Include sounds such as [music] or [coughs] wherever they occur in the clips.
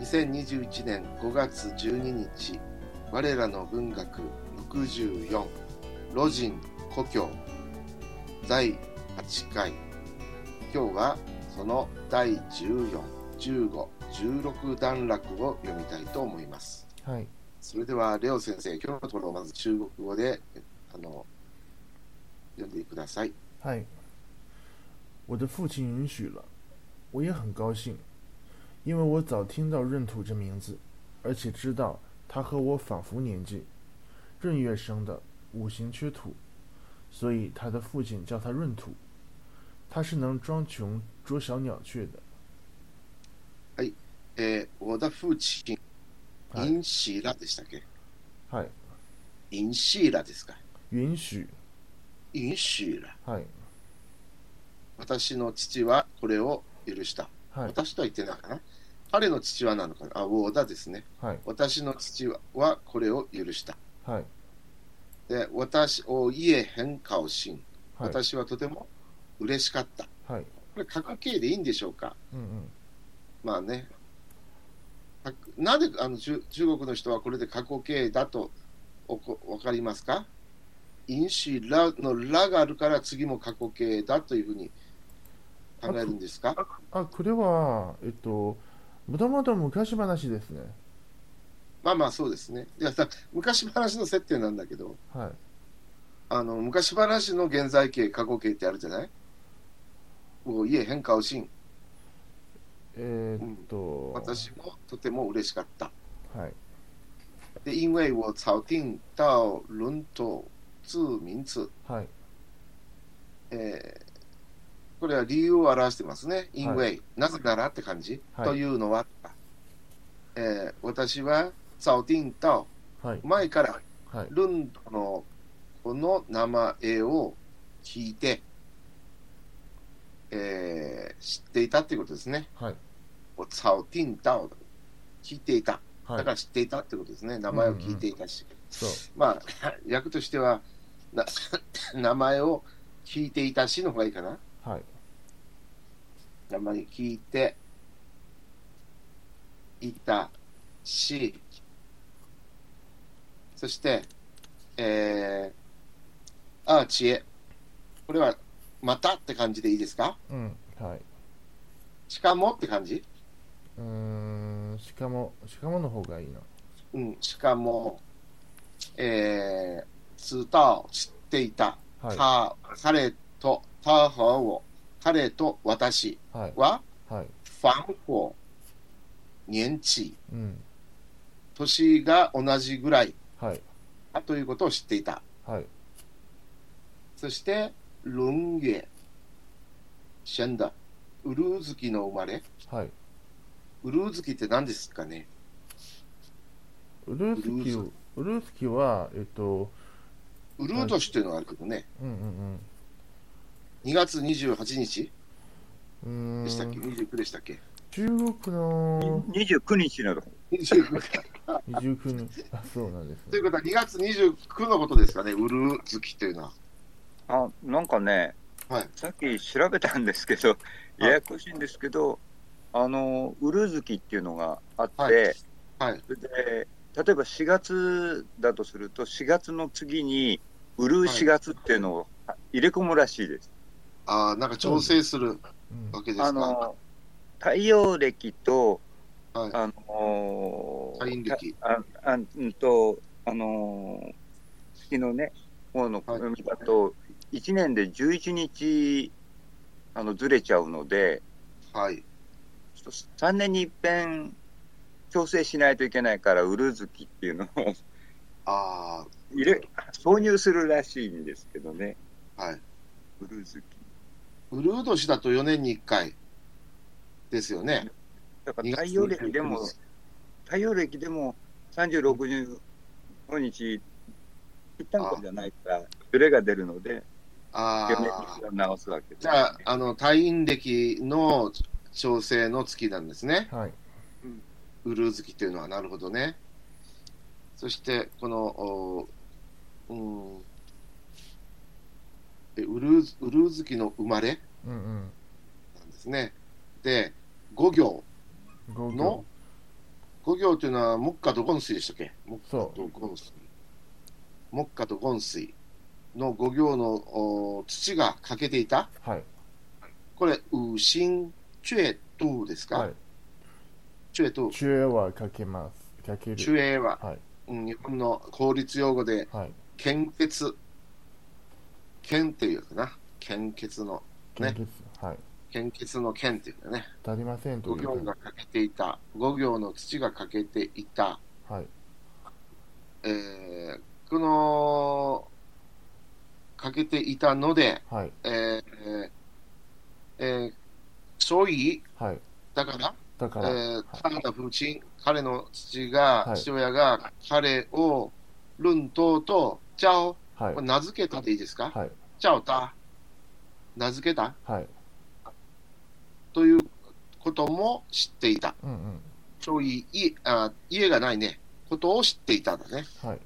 2021年5月12日我らの文学64路人故郷第8回今日はその第141516段落を読みたいと思いますはい。それではレオ先生今日のところをまず中国語であの読んでください嗨，我的父亲允许了，我也很高兴，因为我早听到闰土这名字，而且知道他和我仿佛年纪。闰月生的，五行缺土，所以他的父亲叫他闰土。他是能装穷捉小鸟雀的。えー、我的父亲はいインシーラでしたっけ嗨，インシーラですか允许。インシーラ嗨，私の父はこれを許した嗨，私とは言ってないかな彼の父はなのかなあ、ウォーダですね。嗨，私の父ははこれを許した。嗨，で、私を家変化をしん。嗨，私はとても嬉しかった。こ嗨，れ、過去形でいいんでしょうか嗯嗯，まあね。かなぜあの中中国の人はこれで過去形だとおこわかりますかインシーラのラがあるから次も過去形だというふうに考えるんですかあ、啊これはえっと、もともと昔話ですね。まあまあそうですね。いやさ昔話の設定なんだけど、はい。あの昔話の現在形、過去形ってあるじゃないもう家変化をしん。えーっと、私もとても嬉しかった。はい。で、因为我朝廷到伦都自民次、はい。えーこれは理由を表してますね。因为、はなぜならって感じ、はいというのは、えー私は朝廷到はい。前からはい。ルンドのこの名前を聞いて、えー知っていたっていうことですね。はい。おサオティンタを聞いていた。はだいか。ら知っていたってことですね。名前を聞いていたし。そう。まあ、 [laughs] 役としては、な [coughs] 名前を聞いていたしの方がいいかな。はい。名前聞いていたし、そして、えー、アーチへ。これは、またって感じでいいですかうん。はい。しかもって感じうーん。しかも、しかもの方がいいな。うん、しかも、えー、知道、知っていた。はい。他、彼と、他和我、彼と私はい。は、はい。ファンコ、年地、うん。年が同じぐらいはい。だということを知っていた。はい。そして、ルンゲ、シェンダ、ウルーズキの生まれ。はい。ウルーズキって何ですかねウルースキウルーー、ウルースキーは、えっと、ウルー年っていうのがあるけどね、うんうん2月28日うん。うでしたっけ、ーん。 29でしたっけ、中国の29日など。 29か。 29人。あ、そうなんですといねう。ことは、2月29のことですかね、ウルーズキというのは。あ、なんかね、はいさっき調べたんですけど、ややこしいんですけど、あの、ウルズキっていうのがあって、はいはい、それで、例えば4月だとすると、4月の次に、ウルー4月っていうのを入れ込むらしいです。ああ、なんか調整するうん。わけですあか。の、太陽暦と、はいあのサイン歴。ああうんと、あのー月のね、方のはい暦だと、1年で11日あのずれちゃうので、はい。ちょっと3年に一遍調整しないといけないから、ウルズキっていうのを [laughs] あ入れ挿入するらしいんですけどね、あ、はい。ウルズキ。ウルー年だと4年に1回ですよね。だから太陽暦でも、太陽暦でも30、65日、ぴったんこじゃないから、ずれが出るので、あ余命あ。を直すわけですじゃあ、あの、退院歴の調整の月なんですね。はい。ウルー月というのは、なるほどね。そして、この、おうん、えウルーウルー月の生まれうんなんですね。で、五行うん。五の行。五行というのは木下と権水でしたっけ木下そと権水。木下と権水の五行のお土が欠けていた。はい。これ、ウシンチュエトゥですか、はい。チュエトゥ。知恵はかけます。かけチュる。エは、はいうん日本の法律用語で、はい。献血。献っていうかな。献血の、献血、はい。献血の献っていうんだよね。足りませんと五いう行が欠けていた。五行の土が欠けていた。はい。えーこの、欠けていたので、はい。えーえー所以、はい。だから、だかえら、ー、彼の父親、彼の父が、はい父親が彼を、ルントーと、チャオ、はいこれ。名付けたでいいですか、はい。チャオタ、名付けたはい。ということも知っていた。うんうん。所以、いあ家がないね、ことを知っていたんだね。はい。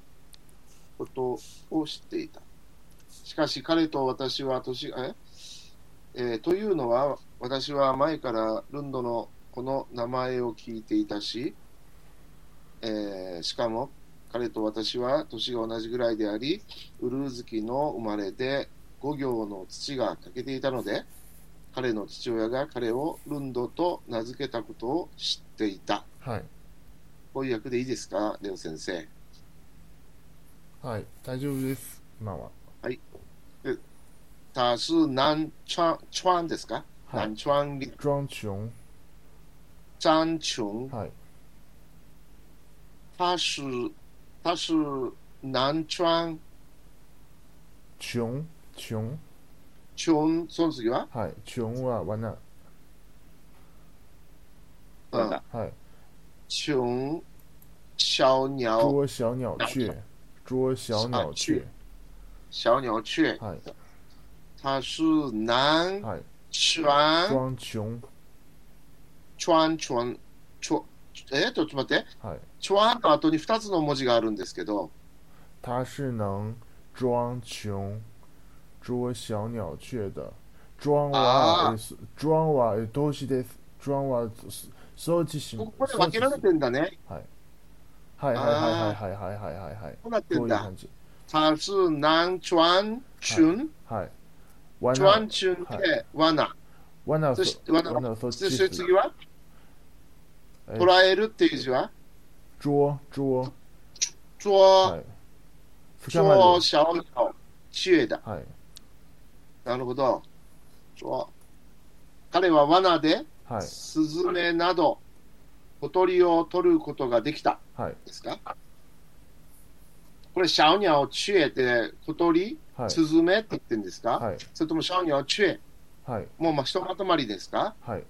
ことを知っていた。しかし彼と私は年が、ええーというのは、私は前からルンドのこの名前を聞いていたし、えーしかも彼と私は年が同じぐらいであり、ウルーズキの生まれで五行の土が欠けていたので、彼の父親が彼をルンドと名付けたことを知っていた。はい。こういう訳でいいですか、レオ先生。はい。大丈夫です。今は。他是南川川ですか、はい南。川里庄琼。张琼，はい。他是他是南川琼。琼。琼，その次ははい。琼は罠。うんはい。琼小鸟捉小鸟雀。捉小鸟雀。小鸟雀，はい。他是南はい。川庄琼。川川川えっとちょっと待ってはい。川の後に二つの文字があるんですけど它是能装穷捉小鸟雀的。装あは、えす装はえ動詞です。装はす掃除しここで分けられ掃除てんだねすはいはいはいはいはいはいはいはい。こうなってこんういうだ感じ。他是南川群はい。わ川な、群で罠、わな、そして罠わな、そっそちして次はえー捉えるっていう字は捉、捉、は捉、い。捕ま捉、る。小鸟、知恵だ。はい。なるほど。捉。彼は罠で、はい。スズメなど、小鳥を取ることができた。はい。ですかこれ、シャオニャオチュエって、小鳥、はい。スズメって言ってんですか、はい。それともシャオニャオチュエ、はい。もうまあひとまとまりですか、はい。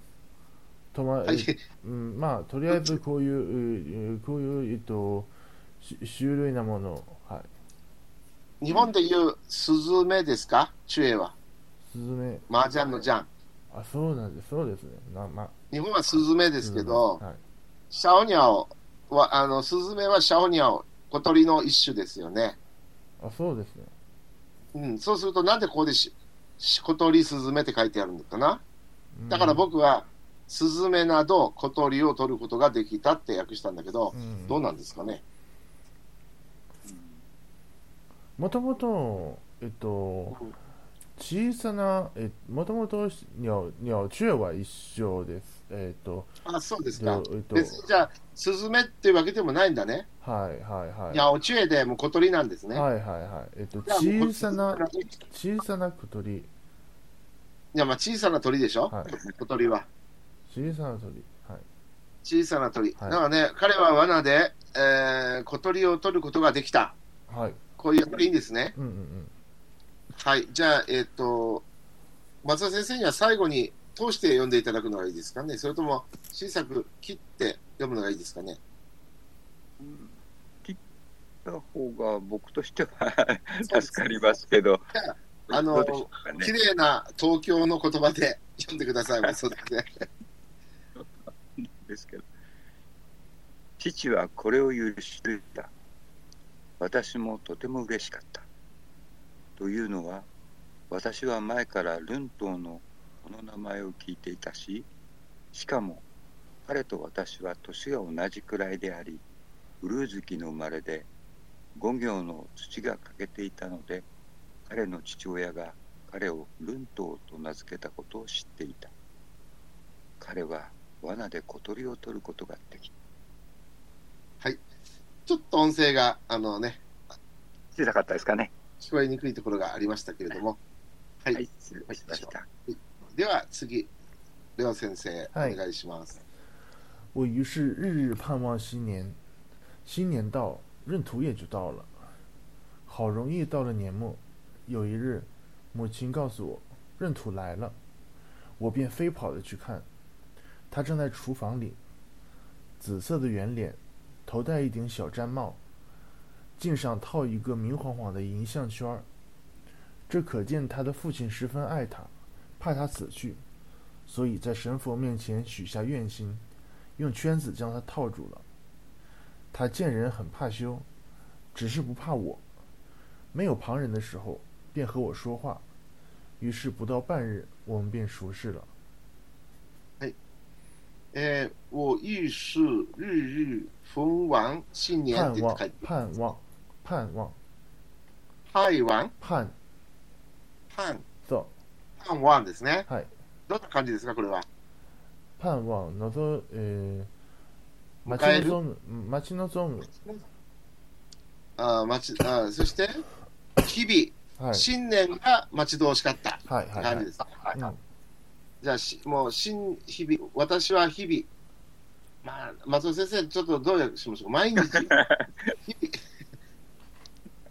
と [laughs] ま、はい、 [laughs] うん、まあとりあえ [laughs] ずこういうううこういうえっとし種類なものはい日本で言うスズメですかチュエは。スズメ麻雀のジャン。あそうなんですそうですねなまあ日本はスズメですけど、スズメはいシャオニャオは、あの、スズメはシャオニャオ、小鳥の一種ですよね。あそうですねうん、そうするとなんでここでし、し小鳥スズメって書いてあるのかなだから僕は、スズメなど小鳥を取ることができたって訳したんだけど、どうなんですかねもともとえっと小さなえもともとにょにょ中は一緒ですえっとあ、そうですか。えっと別にじゃあ、スズメっていうわけでもないんだね。はいはいはいいや、おちえでもう小鳥なんですね。はいはいはいえっとじゃあもう小さな小鳥い小さな小鳥や、まあ小さな鳥でしょ、はい小鳥は。小さな鳥はい小さな鳥。はいだからね、彼は罠で、えー小鳥を取ることができた。はいこういう訳でいいんですね。うんうんうんはい、じゃあ、えっ、と、松田先生には最後に通して読んでいただくのがいいですかね、それとも小さく切って読むのがいいですかね。うん切った方が僕としては [laughs] 助かりますけどじゃあ、あのどうでしょうかね綺麗な東京の言葉で読んでくだ [laughs] さい、松田先ですけど父はこれを許していた私もとても嬉しかったというのは私は前からルントーのこの名前を聞いていたししかも彼と私は年が同じくらいであり、ブルー月の生まれで、五行の土が欠けていたので、彼の父親が彼をルントーと名付けたことを知っていた。彼は罠で小鳥を取ることができた。はい。ちょっと音声が、あのね、小さかったですかね。聞こえにくいところがありましたけれども。は。はいい、失礼しました。では次、レオ先生、はいお願いします。我于是日日盼望新年，新年到，闰土也就到了。好容易到了年末，有一日，母亲告诉我闰土来了，我便飞跑的去看。她正在厨房里，紫色的圆脸，头戴一顶小毡帽，颈上套一个明晃晃的银项圈儿。这可见她的父亲十分爱她，怕她死去，所以在神佛面前许下愿心。用圈子将他套住了。他见人很怕羞，只是不怕我。没有旁人的时候，便和我说话。于是不到半日，我们便熟识了。えー、我遇是日日逢王新年っ盼て書い望てある、盼望，盼望，はい、ワン、盼パン、造，パンワンですね。はい。どんな感じですか、これは。盼望。呃のぞ、え迎ー、え待ちる望む、待ち望む。あー待ちあーそして、日は々、い、新年が待ち遠しかったってはい、は感い、はじいで。す。うんじゃあし、もう、新、日々、私は日々、まあ、松尾先生、ちょっとどうしましょう。毎 [laughs] 日、日々、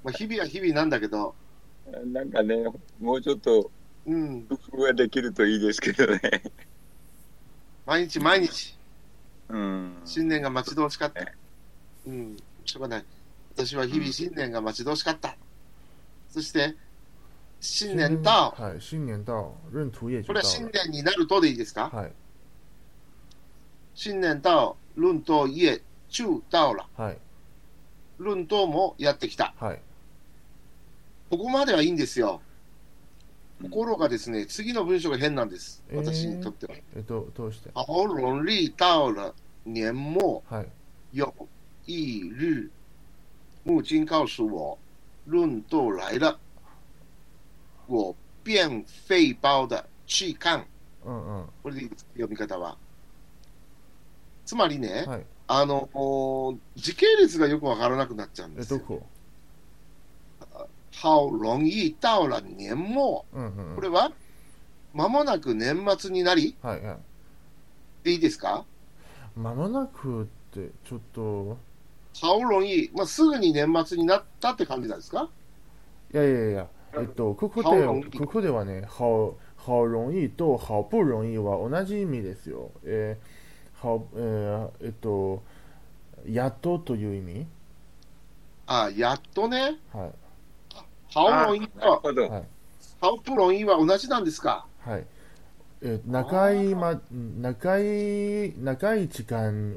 まあ、日々は日々なんだけど、なんかね、もうちょっとうん、工夫ができるといいですけどね。毎日毎日、うん。新年が待ち遠しかった。うん、しょうがない。私は日々新年が待ち遠しかった。そして、新年到、はい、新年到，闰土也こ就れは到新了。年啊になるとでいいですかはい、新年到、論と家、中到了。はい、論ともやってきた。はい、ここまではいいんですよ。うんところがですね、次の文章が変なんです。えー私にとっては。えっと、どうして？好容易到了年末。はい、有一日，木金告诉我，论斗来了，我便费包的去看。うんうん、これでいいです読み方は。つまりね、はい、あの、おー時系列がよくわからなくなっちゃうんえでっすよと。こ好容易到了年末。う、うんうこんうれん、は、間もなく年末になりはいはい。でいいですか間もなくってちょっと好容易、まあ、すぐに年末になったって感じなんですかいやいやいやえっとここ顔でが大きいここではね好好容易と好不容易は同じ意味ですよえー、好えー、えっとやっとという意味ああ、やっとね、はい好容易なるとほど。ハオプロンイは同じなんですかはいえー長いま長い長い時間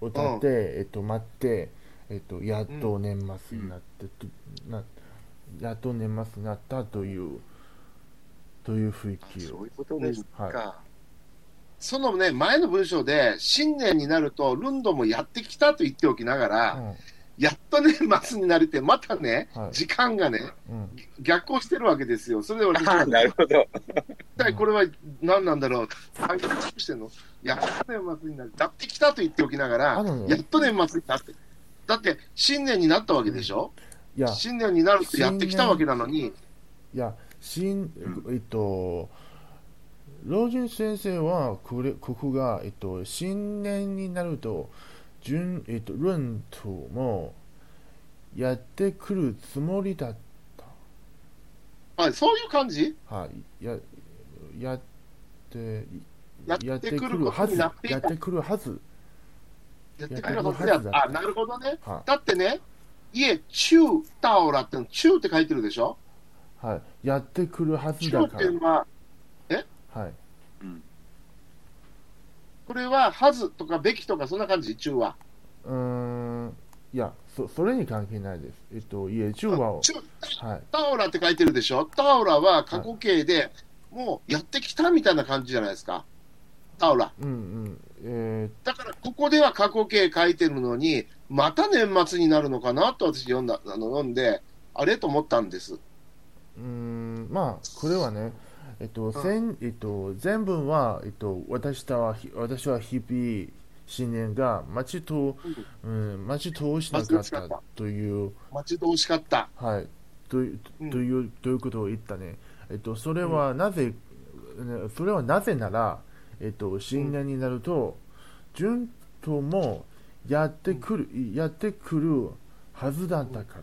を経って、えっと待ってえっとやっと年末になって、となやっと年末になったというという雰囲気をそういうことですか。そのね、前の文章で、新年になると、ルンドもやってきたと言っておきながら、うやっとね、末になれて、またね、はい時間がね、んうん逆行してるわけですよ。それで私あは、あ、なる一ほど。体これは何なんだろう、あいつどうしてんのやっと年末になる、やってきたと言っておきながあらの、ねやっと年末になって、だって、新年になったわけでしょ、いや、新年になるとやってきたわけなのに、いや、新うえっと、老人先生はこれここがえっと新年になると順えっと闰土もやってくるつもりだはい、そういう感じはいややってやってくることはにずなっていたやってくるはずやってくるはずであった。あ、なるほどね。はだってね、家、中、タオラっての、中って書いてるでしょはいやってくるはず中だっかていうらのは、はいうん。これは、はずとかべきとか、そんな感じ、中は。うーんいやそそれに関係ないですえっといえ中和を中、はいタオラって書いてるでしょタオラは過去形で、もうやってきたみたいな感じじゃないですか。タオラ。うんうん。えだからここでは過去形書いてるのに、また年末になるのかなと私読んだあの読んで、あれと思ったんです。ー、うーん、まあ、これはね、えっと、せんえっと、全文は、えっと、私とは、ひ私は日々、新年が街と、うん、街通しなか待ち遠っしかたっという、待ち遠しかった。はい、といううんというということを言ったね、えっと、それはなぜ、ねそれはなぜなら、えっと、新年になると、順当もやってくる、やってくるはずだったか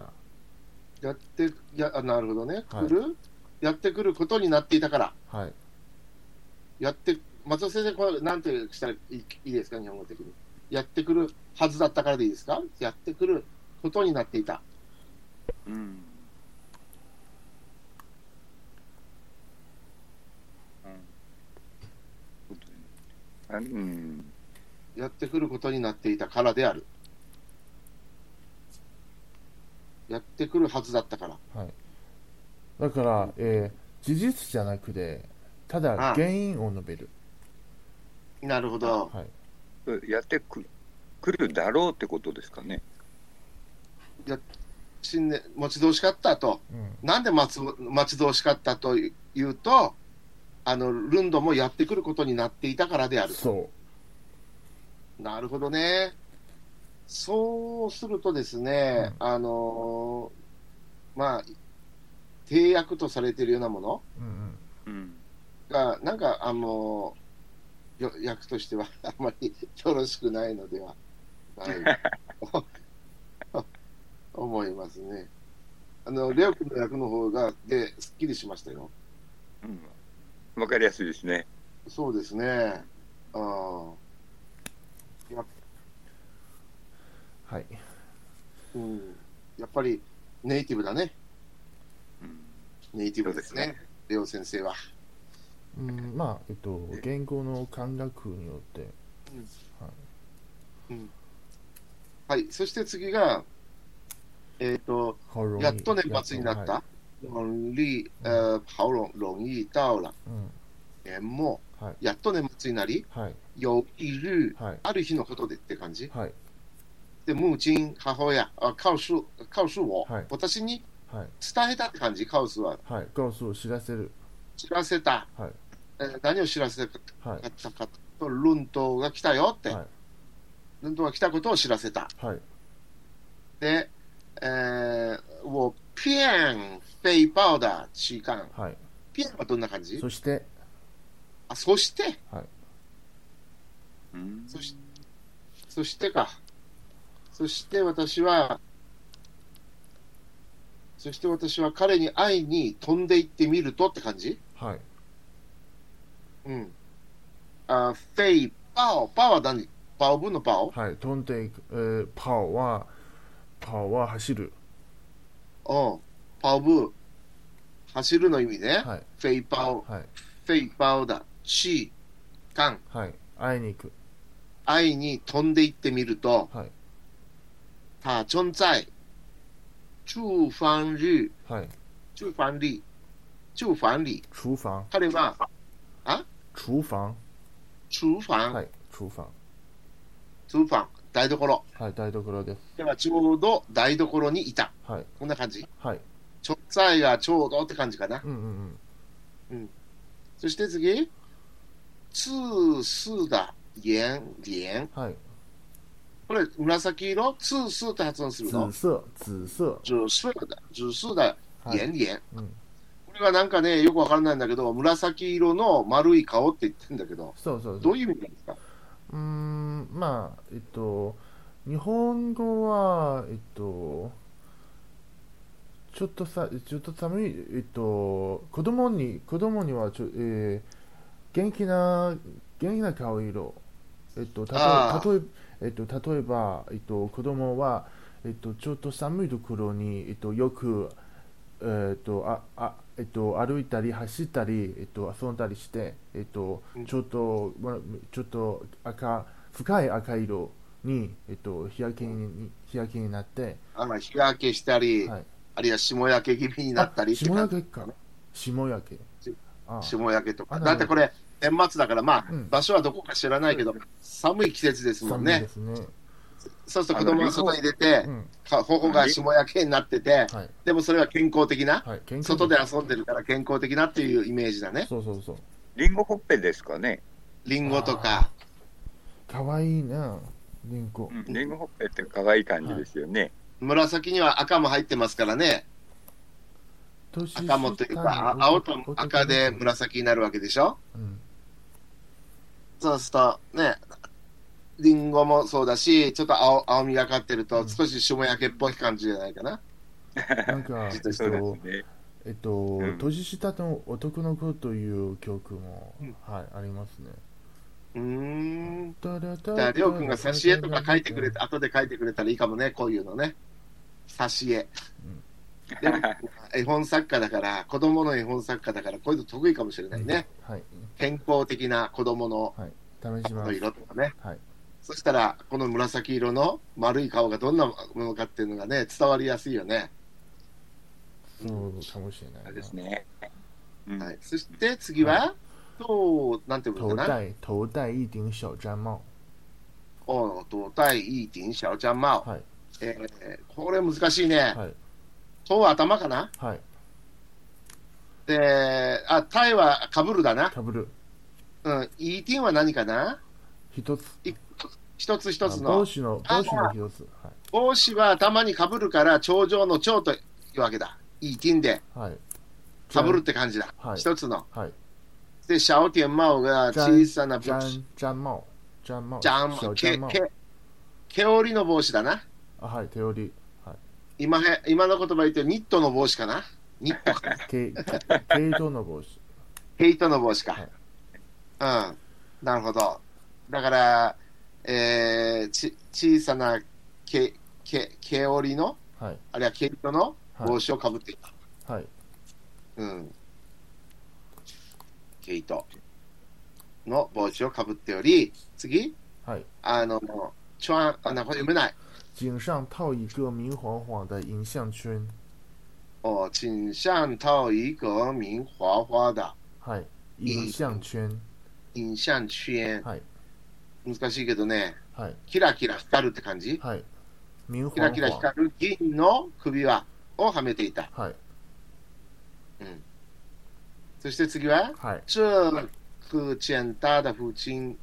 ら、やって、やあなるほどね、はい来る、やってくることになっていたから、はい、やって、松尾先生、これ、なんてしたらいいいいですか、日本語的に。やってくるはずだったからでいいですか、やってくることになっていた。うん。うん。あうん。やってくることになっていたからである。やってくるはずだったから。だから、えー事実じゃなくて、ただああ原因を述べる、なるほど。はい、やってく来るだろうってことですかね。新年、待ち遠しかったと。うん、なんで待つ待ち遠しかったというと、あの、ルンドもやってくることになっていたからである。そう、なるほどね。そうするとですね、あのーまあ、契約とされているようなものうんうん。が、なんか、あのーよ役としては [laughs] あまりよろしくないのではないと [laughs] 思いますね。あの、レオ君の役の方が、で、すっきりしましたよ。うん。わかりやすいですね。そうですね。あうん、はい、ーうん、やっぱりネイティブだね。うん。ネイティブですね。レオ先生は。うん、まあ、えっと、言語の感覚によって、はい、そして次が、えっ、と、やっと年末になったは。うんリえー好容容易到了いうん年末はい、やっと年末になり、はい、有一日、はい、ある日のことでって感じ。はい、で、母親、母親、あ、告訴、告訴我、はい私にはい、伝えたって感じ、カウスは。はい、告訴を知らせる、知らせた。はいえー何を知らせたかはい、ったかと、ルントが来たよって、はいルントが来たことを知らせた。はい、で、えー、我骗被报的期間。はい、骗はどんな感じそして、あ、そして、うん。そしそしてか。そして私は、そして私は彼に会いに飛んで行ってみるとって感じはい、うん。あ、被报、報は何報分の報はい、飛んでいく、えー、パオは、パオは走る、うん。報分。走るの意味ね。はい、被报、はい、被报的期間。はい、会いに行く、愛に飛んでいってみると、はい、他存在、住房日、はい、住房里、住房里、厨房、彼は厨房、厨房、はい、厨房、厨房、台所。はい、台所です、ではちょうど台所にいた。はい、こんな感じ。はい、ちょっさいがちょうどって感じかな。うんうんうん、そして次、通数だ、言、言。はい、これ紫色、通数って発音するの紫。色、紫色、数数だ、数数だ、はい、言、言。うんこれがなんかね、よくわからないんだけど、紫色の丸い顔って言ってんだけど、そうそうそうどう。いう意味なんですかうーんまあえっと日本語はえっとちょっとさちょっと寒いえっと子供に子供にはちょ、えー元気な元気な顔色えっとたあとえ例ええっと例えばえっと子供はえっとちょっと寒いところにえっとよくえっとああえっと歩いたり走ったりえっと遊んだりしてえっとうんちょっとまあちょっと赤深い赤色にえっと日焼けに日焼けになってあの日焼けしたり、はいあるいは霜焼け気味になったりあって霜感焼じけか霜焼けあ霜焼けとか。あだなるほどってこれ、年末だから、まあ、うん場所はどこか知らないけど、寒い季節ですもん寒いねで。すね。そうすると子供が外に出てう、ん、か頬が下焼けになってて、はい、でもそれは健康的な、はい、健康外で遊んでるから健康的なっていうイメージだね。そうそうそう。リンゴほっぺですかね。リンゴとか、かわいいな、リンコう。んリンゴほっぺって可愛い感じですよね。紫には赤も入ってますからね。年下赤もというか、あ青と赤で。紫になるわけでしょ。うん、そうすると、ね、リンゴもそうだし、ちょっと青青みがかってるうと、ん少し下焼けっぽい感じじゃないかな。な [laughs] んか、えっそそうでと、すね。えっとうん年下の男の子という曲も、うんはい、ありますね。うーん。だだじゃあ、だりょうくんが挿絵とか書いてくれて、後で書いてくれたらいいかもね、こういうのね。挿絵。でも [laughs] 絵本作家だから、子供の絵本作家だから、こういうの得意かもしれないね。。はい、健康的な子供の試しまのす。色とかね。はい、そしたら、この紫色の丸い顔がどんなものかっていうのがね、伝わりやすいよね。そうかもしれないそな。うですね。うんはい、そして次は、とう、なんていうの頭かな。戴頭戴一顶小毡帽。おう、とうたいいてんしゃおちゃんまお。はい、えーこれ難しいね。はい、とうは頭かな。はい、で、あ、たいはかぶるだな。かぶる。うん、いいてんは何かな。一啊つ。一つ一つあの。帽子啊の、あ帽子の一つ。はい。帽子は頭にかぶるから、頂上の頂というわけだ。いいてんで、はい。かぶるって感じだ。はい一つの。はい。で、シャオティンマオが小さな帽子。毡毡帽。毡帽。じゃん小、け毡、帽。啊け、毛織りの帽子だな。あ、はい、手織り。今へ、今の言葉言ってニットの帽子かな。ニット [laughs] か。毛、毛糸の帽子。ヘイトの帽子か。うん。なるほど。だから、えー、ち小さな毛、毛、毛織りの、はい、あるいは毛糸の帽子をかぶっていた。はい。うん。毛糸の帽子をかぶっており、次、はい。あの、チュアン、あ、なこれ読めない。颈上套一个明晃晃的银项圈。お、チンシャンタオイ革命花花だ。はい。银项圈。印象圈。はい。難しいけどね、はい。キラキラ光るって感じはい。明キラ晃キラ晃。光る銀の首輪をはめていた。はい。そして次は、はい。这个简单的父亲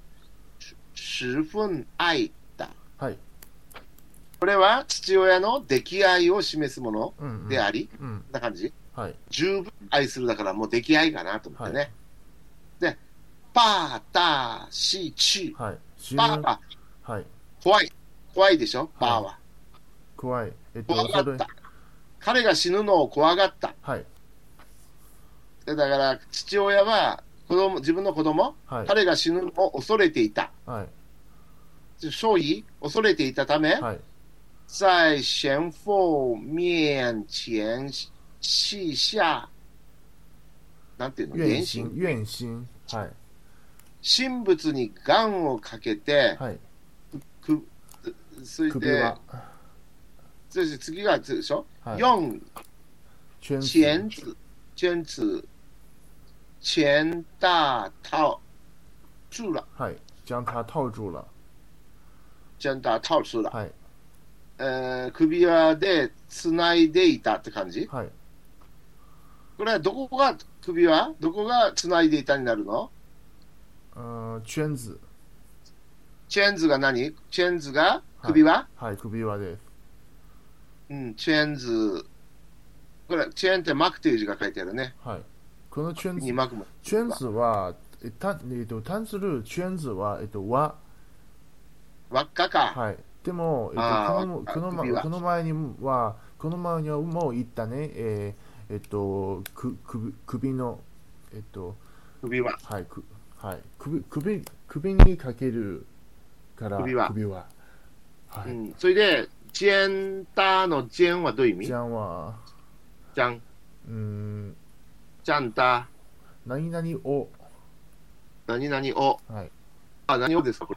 十分愛だ。はい。これは父親の出来合いを示すものうん、うん。であり、うん。こんな感じ。はい。十分愛するだからもう出来合いかなと思ってね。はいで、爸大喜去。はい。十爸分。ははい。怖い。怖いでしょ、爸は。怖い。えっと、怖そがっれた。彼が死ぬのを怖がった。はい。でだから父親は子供自分の子供、はい。彼が死ぬのを恐れていた。はい。少尉恐れていたため、はい。在神父面前膝下、なんていうの、愿原心神、愿心。はい。神仏に癌をかけて、はい。くそれ首で輪。、そして次がでしょ、はい。四圈子。千子、千子、千大套住了，はい。将它套住了。千大套住了。はい。えー首輪でつないでいたって感じはい。これはどこが首輪どこがつないでいたになるのうん、圈子。チェーンズが何チェーンズが首輪、はい。首輪です。うん、チェーンズ。これ、チェーンって巻くという字が書いてあるね。はい。この圈子に。巻くも。圈子は、え、た、えっと、単する圈子は、えっと、和。輪っかか。はい。でも、えっあーと、この、わかったこの首輪ま、この前には、この前にはもう言ったね、えーえっと、く、首、首の、えっと、首輪。はい、く、はい、首、首、首にかけるから、首輪はうい。ん。それで、チェーンターのチェーンはどういう意味じじゃんは、ゃん。うん、じゃんた。何々を、何々を。はい、あ、何をですかこ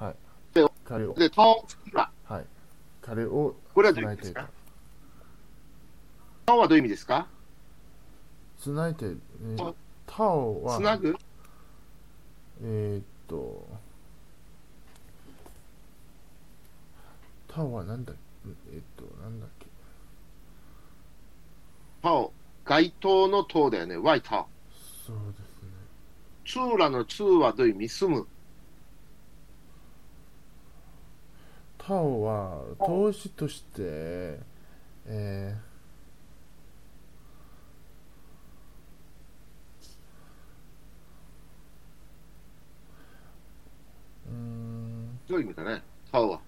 彼をれ。、で、トン、首輪。はい、彼をこれはどつういうな意い味でですいかた。トンはどういう意味ですかつないで、えーあタオつなは、ぐえーっと、タオはなんだんえーっと、なんだっけパオ、街灯の塔だよね。ワイタ。そうですね。ツーラのツーはどういう意味住む。タオは投資として、えーうーんどういう意味だね。パオは。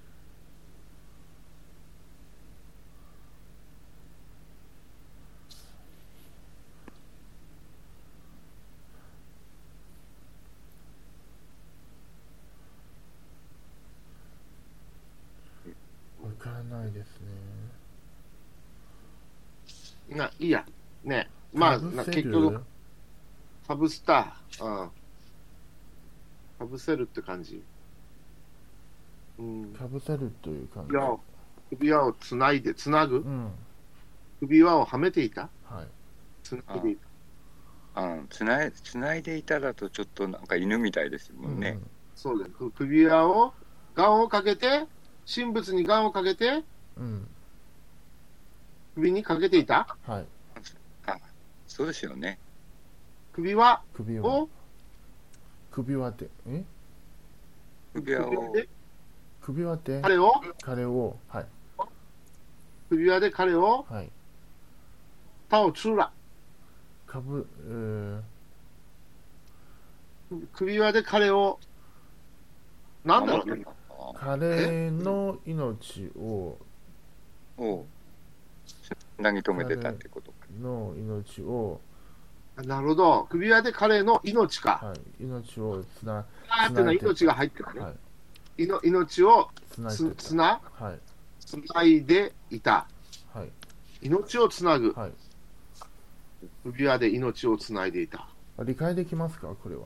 わからないですね。な、いいや。ね。まあ、かぶなせる結局、かぶせた。うん。かぶせるって感じ。うん。かぶせるという感じ。首輪を、首輪をつないで、つなぐうん、首輪をはめていたはい。つないでいた。あつないつないでいただとちょっとなんか犬みたいですもんね。そうだよ。く首輪を、ガンをかけて、神仏にガンをかけて、うん。うん、首にかけていたはい。そうですよね。首輪首輪を、首輪って、え首輪首輪をで、首輪って、彼を、彼を、はい、首輪で彼を、はい。タオチューラ。かぶ、えー、首輪で彼を、なんだろうね。彼の命を、をつなぎ止めてたってことか。の命を、なるほど。首輪で彼の命か。はい、命をつな、あーってのは命が入ってるね。、はいの命をつないつでつた。な、はい、つないでいた。はい、命をつなぐ。はい。首輪で命をつないでいた。あ理解できますかこれは。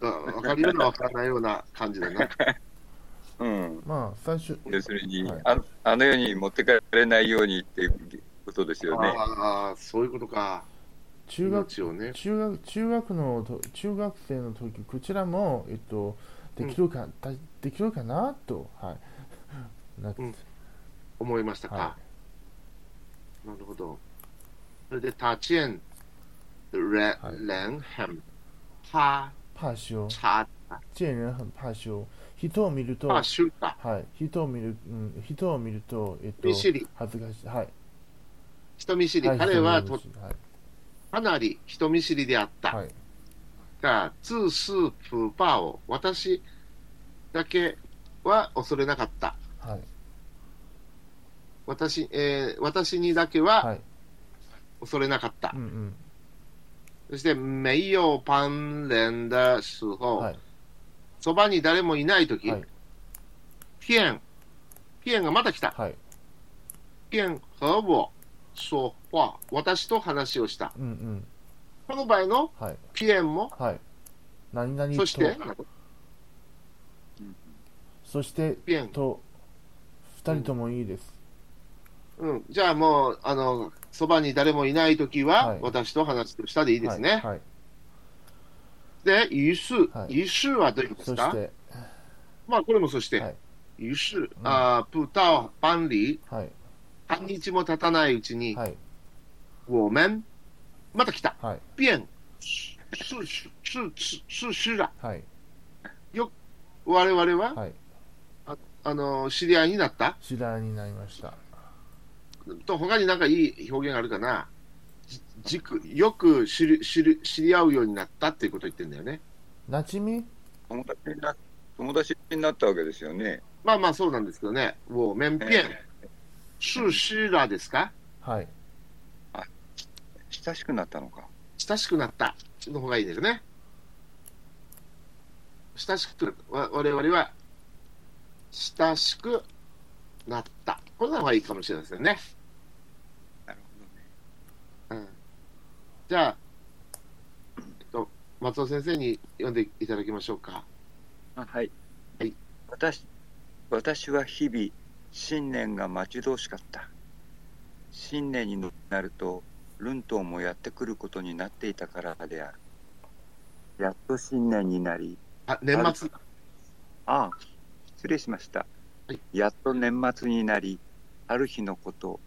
うんわかるようなわからないような感じだ [laughs] な。うん。まあ、最初、要するに、はいああの世に持ってかれないようにっていうことですよね。ああ、そういうことか。中学、命をね。中学、中学のと、中学生の時、こちらも、えっと、できるか、だできるかなと、はい。なうん思いましたか。はなるほど。それで、タチエン、レ、いレンヘム、パ、怕羞。チャ、见人很怕羞。人を見ると、パ、シュータ、はい、人を見る、うん、人を見ると、えっと、見知り恥ずかしい。はい。人見知り。い彼は人と見知りはい。かなり人見知りであった。はい。が、ツースープバーを、私だけは恐れなかった。はい。私、えー私にだけははい。恐れなかった。うんうん。そして、メイヨーパンレンダスホはい。そばに誰もいないとき、はいピエン、ピエンがまた来た。はい。ピエン和我说话、私と話をした。うんうん。この場合のはい。ピエンも、はい。何々と。そして、そしてピエン。と、二人ともいいです。うん、じゃあもう、あの、そばに誰もいないときは、はい私と話をしたでいいですね。はい。はいで、ゆすは、いゆすはどういうことですそかして、まあ、これもそしはてい、ゆす、あー、プタオ、パンリー、はい。半日も経たないうちに、はい。我们、また来た、はい。ピエン、す、す、す、す、す、すら、はい。我々は、はい。あの、知り合いになった次第になりました。と、他になんかいい表現あるかなじじくよく知る、知る、知り合うようになったっていうことを言ってんだよね。なちみ友達にな友達になったわけですよね。まあまあそうなんですけどね。我们、ピエン、す、すらですかはい。親しくなったのか。親しくなったの方がいいですね。親しく、わ我々は、親しくなった。これの方がいいかもしれませんね。なるほどね。うん、じゃあ、えっと、松尾先生に読んでいただきましょうか。あはい、はい私私は日々新年が待ち遠しかった新年になるとルントンもやってくることになっていたからであるやっと新年になり、あ年末ああ、失礼しましたはい。やっと年末になり、ある日のこと、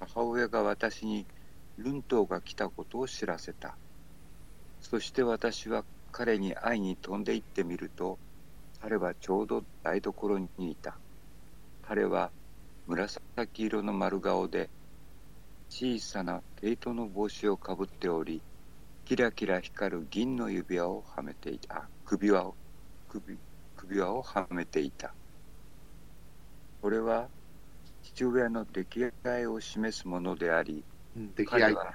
母親が私にルントーが来たことを知らせた。そして私は彼に会いに飛んで行ってみると、彼はちょうど台所にいた。彼は紫色の丸顔で、小さな毛糸の帽子をかぶっており、キラキラ光る銀の指輪をはめていた。あ首輪を、首、首輪をはめていた。これは父親の出来合いを示すものであり、うん出来合彼いは、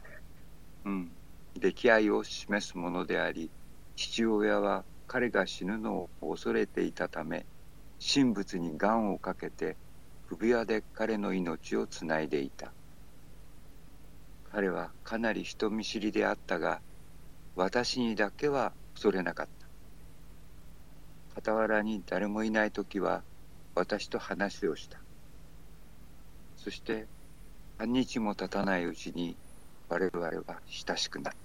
うん、出来合いを示すものであり、父親は彼が死ぬのを恐れていたため、神仏に願をかけて、首輪で彼の命をつないでいた。彼はかなり人見知りであったが、私にだけは恐れなかった。傍らに誰もいないときは、私と話をした。そして、半日も経たないうちに、我々は親しくなる。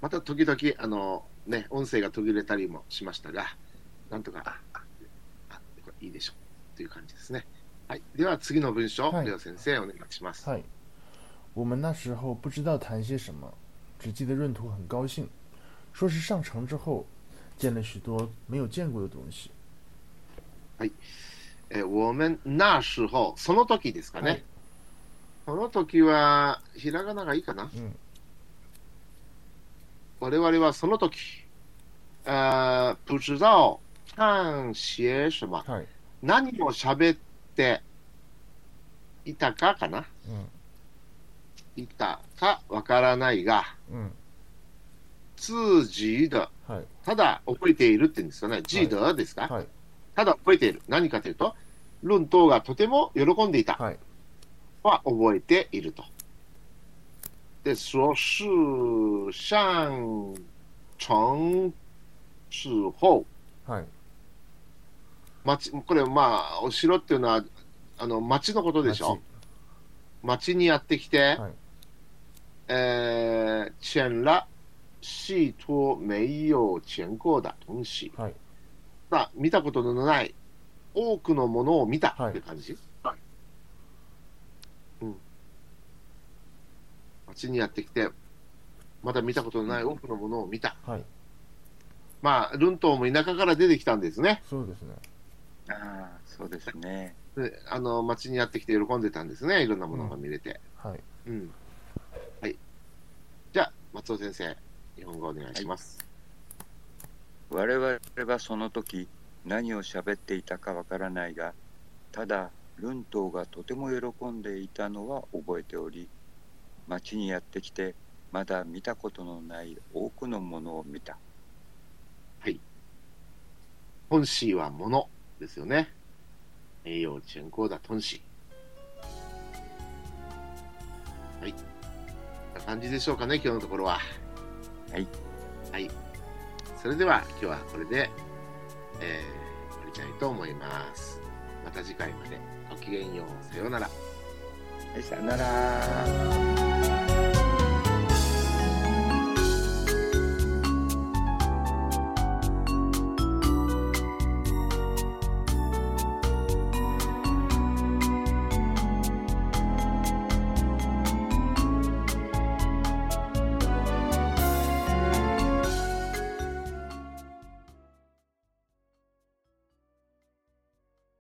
また時々あの、ね、音声が途切れたりもしましたが、なんとか、ああこれいいでしょうという感じですね。はい、では次の文章、はいレオ先生、お願いします。嗨，我们那时候不知道谈些什么，只记得闰土很高兴，说是上城之后见了许多没有见过的东西。えー、我们那时候、その時ですかね。はいその時は、ひらがながいいかな。うん我々はその時、あー不知道、看些什么。嗨，何を喋っていたかかな嗯いたかわからないが、嗯，通じだ。嗨ただ覚えているって言うんですかね。ジーダですか、嗨ただ覚えている。何かというと、ルン等がとても喜んでいた。嗨，は覚えていると。で、说是上城之后、嗨町、これまあ、お城っていうのは、あの、町のことでしょ町にやってきて、はいえー、见了许多没有见过的东西。はいまあ、見たことのない多くのものを見たっていう感じ、うん。街にやってきて、まだ見たことのない多くのものを見た。はいまあ、ルントンも田舎から出てきたんですね。そうですね。ああ、そうですね。であの街にやってきて喜んでたんですね。いろんなものが見れて。はい。うん。はい。じゃあ、松尾先生、日本語お願いします。我々はその時、何を喋っていたかわからないが、ただ、ルントーがとても喜んでいたのは覚えており、町にやってきて、まだ見たことのない多くのものを見た。本市はものですよね。栄養健康だ、本市。はい。こんな感じでしょうかね、今日のところは。はい。はい。それでは、今日はこれで、えー終わりたいと思います。また次回まで。ごきげんよう。さようなら。はい、さよなら。